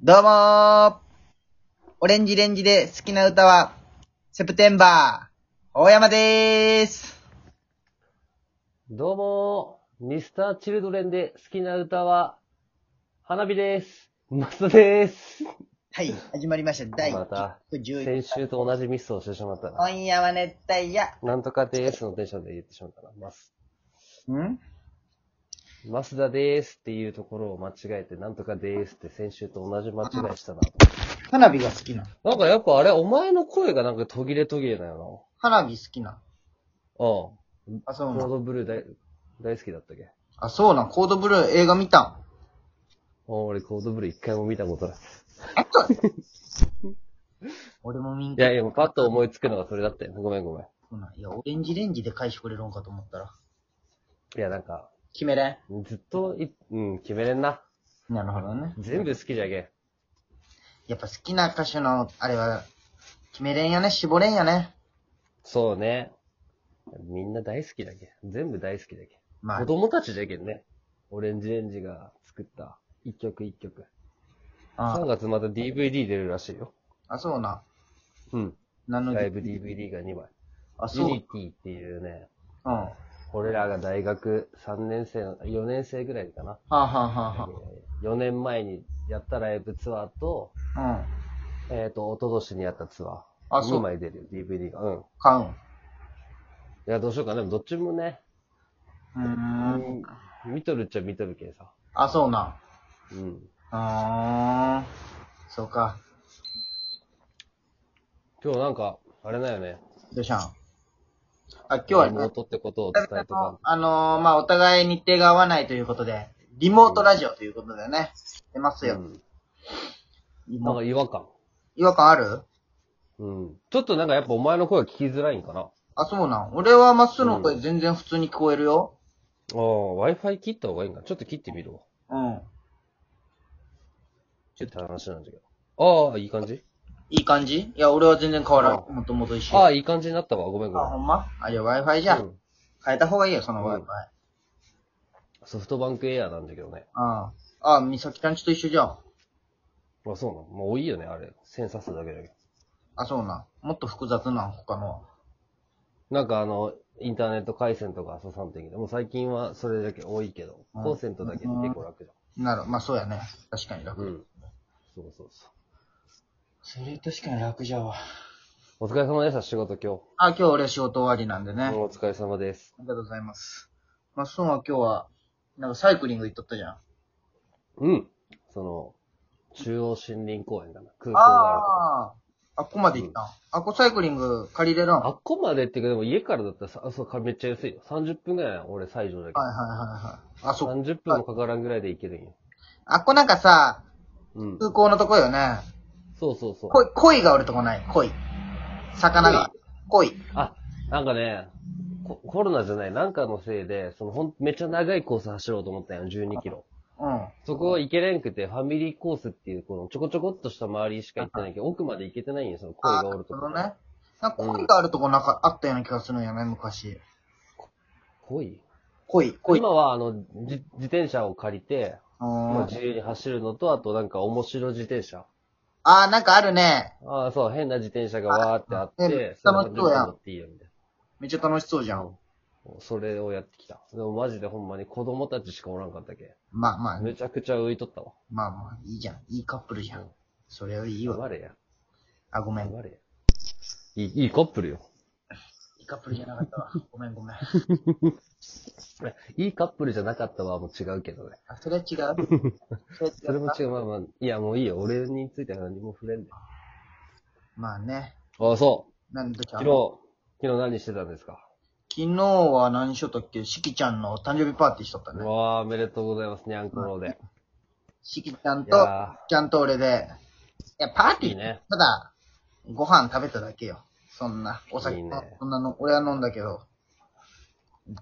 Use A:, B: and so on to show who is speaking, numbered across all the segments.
A: どうもーオレンジレンジで好きな歌は、セプテンバー、大山でーす
B: どうもー、ミスターチルドレンで好きな歌は、花火です。マスでーす。
A: はい、始まりました。第
B: また
A: 111
B: 先週と同じミスをしてしまったな。
A: 今夜は熱帯夜。
B: なんとかでーすのテンションで言ってしまったな。マス。
A: ん
B: マスダでーすっていうところを間違えて、なんとかでーすって先週と同じ間違いしたな。
A: 花火が好きな。
B: なんかやっぱあれ、お前の声がなんか途切れ途切れだよ
A: 花火好きな。
B: な。うん。
A: あ、そ
B: コ
A: う
B: ー
A: なん。
B: ドブルー大、大好きだったっけ
A: あ、そうなん。コードブルー映画見たん。
B: 俺コードブルー一回も見たことない。
A: 俺も見ん
B: いやいや、もうパッと思いつくのがそれだったよ。ごめんごめん。
A: そうなんいや、オレンジレンジで返してくれるんかと思ったら。
B: いや、なんか、
A: 決めれん
B: ずっとい、うん、決めれんな。
A: なるほどね。
B: 全部好きじゃけん。
A: やっぱ好きな歌手の、あれは、決めれんよね、絞れんよね。
B: そうね。みんな大好きだけん。全部大好きだけん。
A: まあ
B: 子、供たちじゃけんね。オレンジレンジが作った一曲一曲。
A: あ
B: 3月また DVD 出るらしいよ。
A: あ、そうな。
B: うん。
A: なの
B: ライ
A: で、
B: ブ DVD が2枚。
A: あ、
B: ユ
A: そう。
B: ニティっていうね、
A: うん。は
B: 俺らが大学3年生、4年生ぐらいかな。
A: あ、はあは
B: 4年前にやったライブツアーと、
A: あはあ、うん。
B: えっ、と、一昨年にやったツアー。
A: あそう
B: 2枚出るよ、DVD が。うん。
A: 買うん。
B: いや、どうしようかな。でもどっちもね、
A: うーん。
B: 見とるっちゃ見とるけんさ。
A: あ、そうな。
B: うん。
A: うーん。そうか。
B: 今日なんか、あれだよね。
A: どうしたんあ、今日は
B: リモー
A: ね、
B: トってことを伝えとかん。
A: あのー、まあ、お互い日程が合わないということで、リモートラジオということでね、出ますよ。
B: うん
A: リ
B: な
A: モ
B: んか違和感。
A: 違和感ある
B: うん。ちょっとなんかやっぱお前の声が聞きづらいんかな。あ
A: あ、そうなん。俺はまっすーの声全然普通に聞こえるよ。
B: あ、Wi-Fi 切った方がいいんかな。ちょっと切ってみるわ。
A: うん。
B: ちょっと話なんだけど。ああ、いい感じ
A: いい感じいや、俺は全然変わら
B: うん
A: ん。もともと一緒。
B: あ
A: あ、
B: あ、いい感じになったわ。ごめんごめ
A: ほ
B: ん。
A: んまあ、じゃあ Wi-Fi じゃ。
B: うんん
A: 変えた方がいいよ、その Wi-Fi。
B: うんソフトバンクエアなんだけどね。
A: ああ、あ、美咲ちゃんちと一緒じゃん。
B: あ、そうなの。もう多いよね、あれ。線刺すだけだけど。
A: あ、そうなん。もっと複雑なん、他のは。
B: なんかあの、インターネット回線とかアソサンテンもう最近はそれだけ多いけど、
A: うん
B: コンセントだけで結構楽じ
A: なる、まあそうやね。確かに
B: ゃん。
A: 楽。
B: うん。そうそうそう。
A: それ確かに楽じゃわ。
B: お疲れ様でした、仕事今
A: あ、今日俺仕事終わりなんでね。あ
B: 日。
A: り
B: お疲れ様です。
A: がとうございます。まあそうは今日は、なんかサイクリング行っとったじゃん。
B: うん。その、中央森林公園だな。空港があるとこ。
A: ああ、あっこまで行ったん。あっこサイクリング借りれるん。はい
B: あっこまでっていうか、でも家からだったらさ、あそうか、めっちゃ安いよ。30分ぐらいなの俺、西条だけ
A: はいはいはい。あ、
B: ど。
A: そう。
B: 30分もかからんぐらいで行けるんよ。
A: あっこなんかさ、
B: うん。
A: 空港のとこよね。
B: そうそうそう。
A: 恋、恋がおるとこない。恋。魚が。恋。
B: あ、なんかね、ココロナじゃない、なんかのせいで、そのほん、めっちゃ長いコース走ろうと思ったんよ、12キロ。
A: うん。
B: そこは行けれんくて、ファミリーコースっていう、このちょこちょこっとした周りしか行ってないけど、奥まで行けてないんよ、その声
A: あ
B: がおると
A: な
B: こ
A: ほどね。なんか恋があるとこなんかあったような気がするんよね、昔。
B: 恋
A: 恋、恋。
B: 今は、あの、じ自転車を借りて、まあ、
A: あ
B: 自由に走るのと、あとなんか面白自転車。
A: あー、なんかあるね。
B: ああ、そう、変な自転車がわーってあっ
A: あ
B: て
A: ね、
B: それ
A: 楽しそうやん
B: 乗っていいよ、みたい
A: めっちゃ楽しそうじゃん。
B: な。それをやってきた。でもマジでほんまに子供たちしかおらんかったけ。
A: まあまあ、
B: めちゃくちゃ浮いとったわ。
A: まあまあ、いいじゃん。いいカップルじゃ
B: うん
A: ん。それよりいいわ。
B: 我や。
A: あ、ごめん。い
B: 我や。いい、いいカップルよ。
A: いカップルじゃなか ったわ。ごめんごめん。
B: いいカップルじゃなかったわ、もう違うけどね。
A: あ、それは 違う。それ
B: それも
A: う。
B: 違う、まあまあ、いやもういいよ。俺については何も触れんで。
A: まあね。
B: ああ、そう。
A: なんだっけ
B: 昨日、昨日何してたんですか
A: 昨日は何しとったっけしきちゃんの誕生日パーティーしとった
B: う
A: ね。
B: わあ、おめでとうございます、にゃんころうで。
A: しきちゃん
B: い
A: と、
B: や
A: ちゃんと俺で。いや、パーティ
B: い
A: ー
B: いね。
A: ただ、ご飯食べただけよ。そんな、お酒
B: いい
A: も
B: ね
A: そんなの、俺は飲んだけど。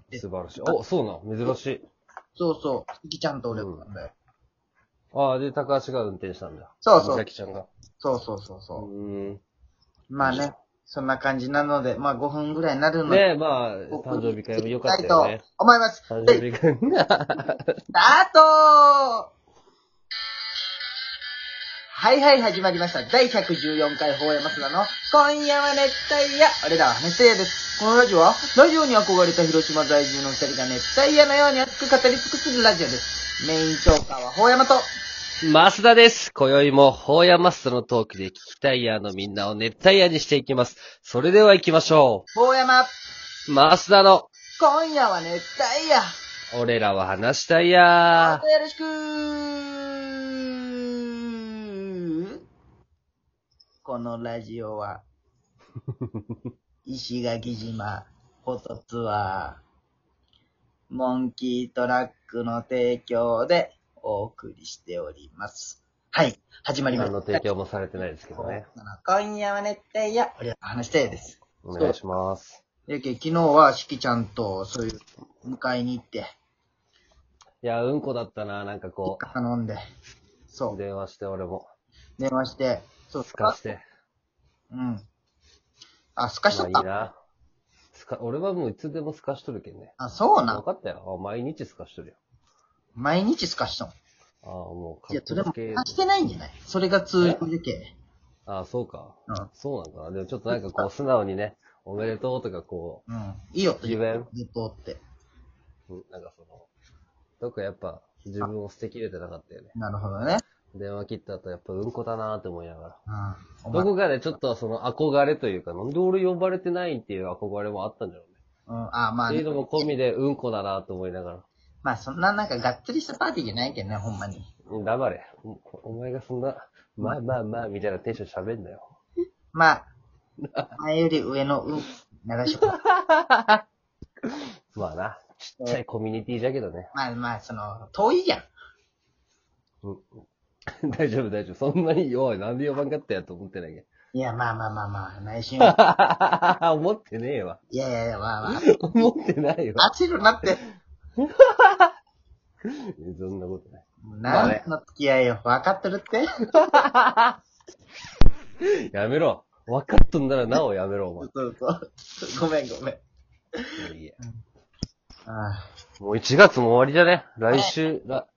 A: で
B: 素晴らしい。お、そうなの、珍しい。
A: そうそう、しきちゃんと俺だったんだよ。
B: ああ、で、高橋が運転したんだ。
A: そうそう
B: 美咲ちゃんが。
A: そうそうそう
B: う
A: そう。
B: ーん。
A: まあね、そんな感じなので、まあ5分ぐらいになるので、
B: ねえ、まあ、
A: ここ
B: 誕
A: に
B: 生日会も良か
A: 行
B: った
A: きた
B: よ
A: い
B: ね
A: と。思います。
B: 誕
A: で
B: 生日会。
A: スタートはいはい、始まりました。第114回、法山だの、今夜は熱帯夜。俺らは熱帯夜です。このラジオは、ラジオに憧れた広島在住の二人が熱帯夜のように熱く語り尽くすラジオです。メイントーカーは法山と、
B: マスダです。今宵も、ホーヤマスダのトークで聞きたいやーのみんなを熱帯夜にしていきます。それでは行きましょ
A: 法山、
B: う。マスダの、
A: 今夜は熱帯夜。
B: 俺らは話したいや
A: よろしくーこのラジオ は、石垣島、フォトツアー、モンキートラックの提供でお送りしております。はい、始ま
B: ー。
A: りま
B: 今
A: し
B: の
A: た
B: 提。供もされてないですけどね。
A: 今夜は熱帯夜、俺は話したいです。
B: お願いします。
A: で昨日はしきちゃんとそういう迎えに行って、
B: いやー、うんこだったな、なんかこ
A: 頼んで、そう
B: う。。電話して俺も。
A: 電話して、そう、
B: すかして。
A: うん。あ、すかし
B: ま
A: と
B: あ
A: った。
B: いいな。すか、俺はもういつでもすかしとるけんね。
A: あ、そうな
B: 分
A: ん。
B: かったよ。あ毎日すかしとるよ。
A: 毎日すかしとん。
B: ああ、もう、
A: いや、それも、
B: つけ
A: あしてないんじゃないそれが通常でけ。
B: ああ、そうか。
A: うん。
B: そうなんかな。でもちょっとなんかこう、素直にね、おめでとうとかこ
A: うん。いいよって。
B: 自分
A: ずっとって。
B: う、うんなんかその、どっかやっぱ自分を捨てきれてなかったよね。
A: なるほどね。
B: 電話切った後やっぱうんこだなーって思いなが
A: う
B: ら。
A: ん。
B: ど
A: お前
B: こかでちょっとその憧れというか、なんで俺呼ばれてないっていう憧れもあったんじゃろうね。
A: うん。あ、ま
B: っ
A: あ
B: て
A: ね
B: いう、のも込みでうんこだなーと思いながら。
A: まあ、そんななんかがっつりしたパーティーじゃないけどね、ほんまに。
B: うん黙れ。おお前がそんな、まあまあまあみたいなテンション喋んなよ。
A: まあ、前より上の、うん、流しと こう
B: まあな。ちっちゃいコミュニティじゃけどね。
A: まあまあ、その、遠いやん。
B: 大丈夫大丈夫。そんなに、おい、なんで呼ばんかったやと思ってないけ
A: いや、まあまあまあまあ、内心 は。
B: ど。 思ってねえわ。
A: いやいやいや、まあま
B: 思ってないわ。
A: あ。焦るなって。
B: そんなことない。まあ
A: 何
B: ね
A: の付き合いよ。分かってるって。
B: やめろ。分かっとんならなおやめろ、お
A: そうそう。ごめんごめん。
B: 前。いや
A: ああ。
B: もう1月も終わりじゃね来週、ら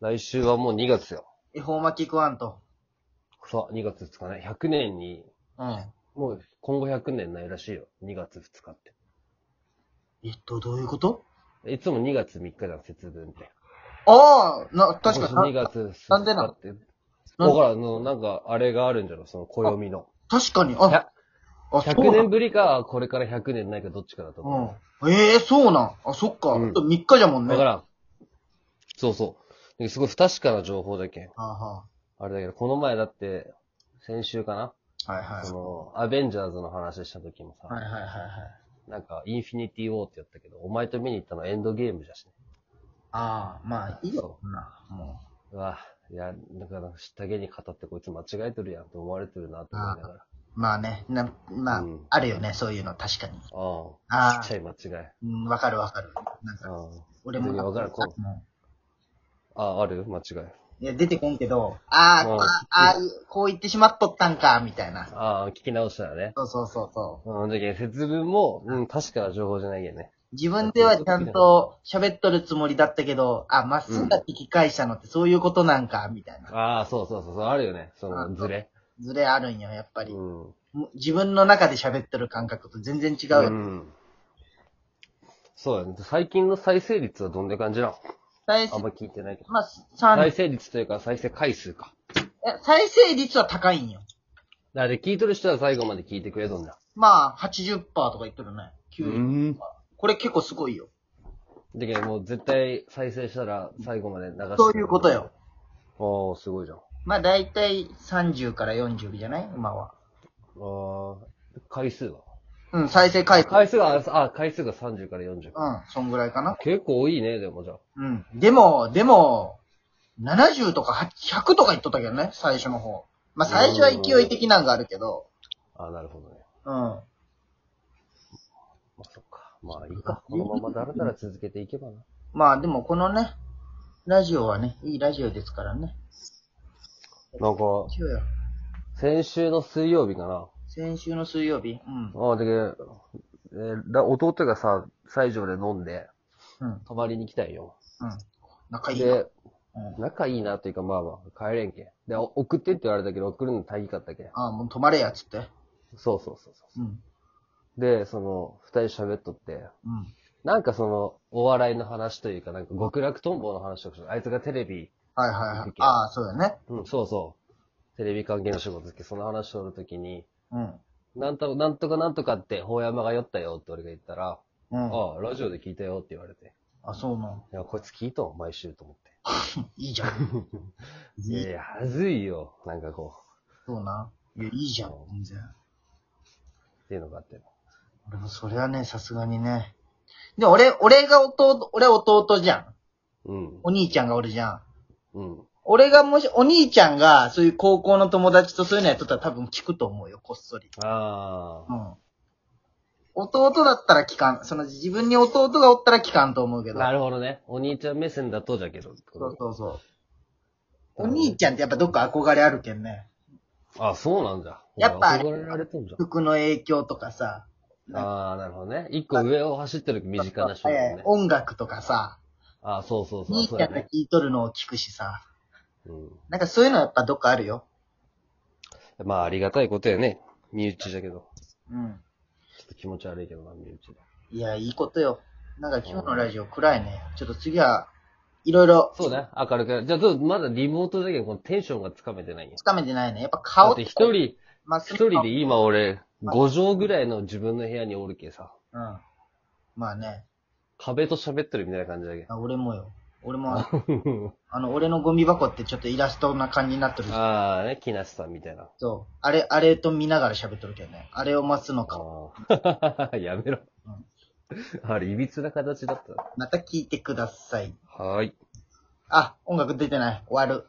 B: 来週はもう2月よ。
A: 恵方巻き食わんと。
B: そう、2月2日ね。100年に、
A: うん。
B: もう今後100年ないらしいよ。2月2日って。
A: えっと、どういうこと
B: いつも2月3日だ、節分って。
A: ああな、確か
B: 今
A: に
B: 年2。月2日って。
A: なんでなのな
B: だから、あの、なんか、あれがあるんじゃろその、暦の。
A: 確かに。
B: いや
A: あ、あ、そう
B: 100
A: な
B: 年
A: ん
B: ぶりか、これから100年ないかどっちかだと思
A: うん。ええそうなん。あ、そっか。
B: うん
A: 3日じゃもん
B: う。
A: ね。
B: だか
A: は
B: ら、そうそう。すごい不確かな情報だけん。
A: あ、は
B: あれだけど、この前だって、先週かな、
A: あ、はいはい。
B: その、アベンジャーズの話した時もさ、
A: はいはいはいはい。
B: なんか、インフィニティウォーってやったけど、お前と見に行ったのエンドゲームじゃしね。
A: ああ、まあ、いいよ
B: そ。
A: そんな、も
B: うわ、いや、だから、知ったげに語ってこいつ間違えてるやんって思われてるなって思いながら。
A: う。まあね、な、まあ、
B: うん
A: あるよね、そういうの、確かに。
B: ああ。
A: あ
B: ちっちゃい間違い。
A: あ、うん、わかるわかる。なんか、
B: あ
A: 俺も
B: いやわかるこう
A: も
B: あ。ああ、ある間違い。
A: ういや、出てこんけど、あ
B: うん
A: あ、ああ、こう言ってしまっとったんか、みたいな。
B: ああ、聞き直したらね。
A: そうそうそうそう。
B: うん、じゃけん節分も、うん、確かな情報じゃないよね。
A: 自分ではちゃんと喋っとるつもりだったけど、あ、まっすぐだって聞き返したのってそういうことなんか、みたいな。
B: ああ、そうそうそう、そうあるよね。そ
A: あ
B: の、ズレ。
A: ズレあるんよ、やっぱり。
B: うん。
A: も自分の中で喋っとる感覚と全然違うよ。
B: ん。そうだね。最近の再生率はどんな感じなの
A: 再
B: あ
A: 生
B: ん、ま聞いてないけど。
A: まあ、三
B: 再生率というか再生回数か。
A: え再生率は高いんよ。
B: だって聞いとる人は最後まで聞いてくれとんだ。
A: まあ、80%とか言っとるね。
B: う
A: 90%。
B: ん。
A: これ結構すごいよ。
B: だけどもう絶対再生したら最後まで流して。
A: そういうことよ。。
B: ああ、すごいじゃん。あ
A: まあ、だいたい30から40じゃない今は。
B: あ、回数は
A: うん、再生回数。
B: 回数が、あ、あ回数が30から40。
A: うん、そんぐらいかな。
B: 結構多いね、でもじゃあ。
A: うん。でも、でも、70とか100とか言っとったけどね、最初の方。まあ、最初は勢い的なんがあるけど、
B: ああ、なるほどね。
A: うん。
B: まあそっか。まあいいか。このままだらだら続けていけばな。
A: まあ、でもこのね、ラジオはね、いいラジオですからね。
B: なんか、
A: そうよ。
B: 先週の水曜日かな。
A: 先週の水曜日うん。
B: ああ、だけど、えーら弟がさ、西条で飲んで、
A: うん。
B: 泊まりに来たんよ。
A: うん。仲いいな。
B: で、
A: うん。
B: 仲いいなというか、まあまあ、帰れんけん。で、お送ってって言われたけど、送るの大変かったけん。
A: ああ、もう止まれや、つって。
B: そうそうそうそ
A: うん。
B: う。で、その、二人喋っとって、
A: うん。
B: なんかその、お笑いの話というか、なんか極楽とんぼの話とかしよう、あいつがテレビ、
A: はいはいはい。ああ、そうだね。
B: うん、そうそう。テレビ関係の仕事けその話をするときに、
A: うん。
B: なんと、なんとかなんとかって、法山が酔ったよって俺が言ったら、
A: うん。あ
B: ああ、ラジオで聞いたよって言われて。
A: そうなん。
B: いや、こいつ聞いとん、毎週と思っ
A: いいじゃ ん。
B: て。
A: い
B: い
A: い、
B: や、はずいよ。なんかこ
A: そうな。いや、いいじゃん、全然。
B: う、っていうのがあって。
A: 俺もそれはね、さすがにね。で、俺、俺が弟、俺弟じゃん。
B: うん。
A: お兄ちゃんがおるじゃん。
B: うん。
A: 俺がもし、お兄ちゃんが、そういう高校の友達とそういうのやっとったら多分聞くと思うよ、こっそり。
B: あ
A: う
B: あ。
A: ん。弟だったら聞かん。その自分に弟がおったら聞かんと思うけど。
B: なるほどね。お兄ちゃん目線だとじゃけど。
A: そうそうそう。お兄ちゃんってやっぱどっか憧れあるけんね。
B: あ、そうなんだ。
A: やっぱ
B: 俺憧れられとんじゃん。
A: 服の影響とかさ。
B: ああ、なるほどね。一個上を走ってる身近な人だよ
A: え
B: ね
A: え。音楽とかさ。
B: ああ、そうそうそう。
A: 兄ち
B: そう
A: ゃ
B: や
A: んが聞
B: ね。
A: いとるのを聞くしさ。
B: うん。
A: なんかそういうのやっぱどっかあるよ。
B: まあ、ありがたいことやね。身内じゃけど。
A: うん。
B: ちょっと気持ち悪いけどな、身内で。
A: いや、いいことよ。なんか今日のラジオ暗いね。ちょっと次は、いろいろ
B: そうね。明るく。じゃあ、どうまだリモートじゃけど、このテンションがつかめてないんや。
A: つかめてないね。やっぱ
B: だ
A: 顔
B: っ
A: と
B: て
A: か
B: 一人、
A: まあ、
B: 一人で今俺、5畳ぐらいの自分の部屋におるけさ、
A: うん。まあね。
B: 壁と喋ってるみたいな感じだけ
A: あ俺もよ。俺も、あ
B: ど。
A: の、俺のゴミ箱ってちょっとイラストな感じになってる
B: ああ、ね、木梨さんみたいな。
A: そう。あれ、あれと見ながら喋っとるけどね。あれを待つのか。
B: ああ、 やめろ。あれ、いびつな形だっ
A: また聞いてください。
B: た。はーい。
A: あ、音楽出てない。終わる。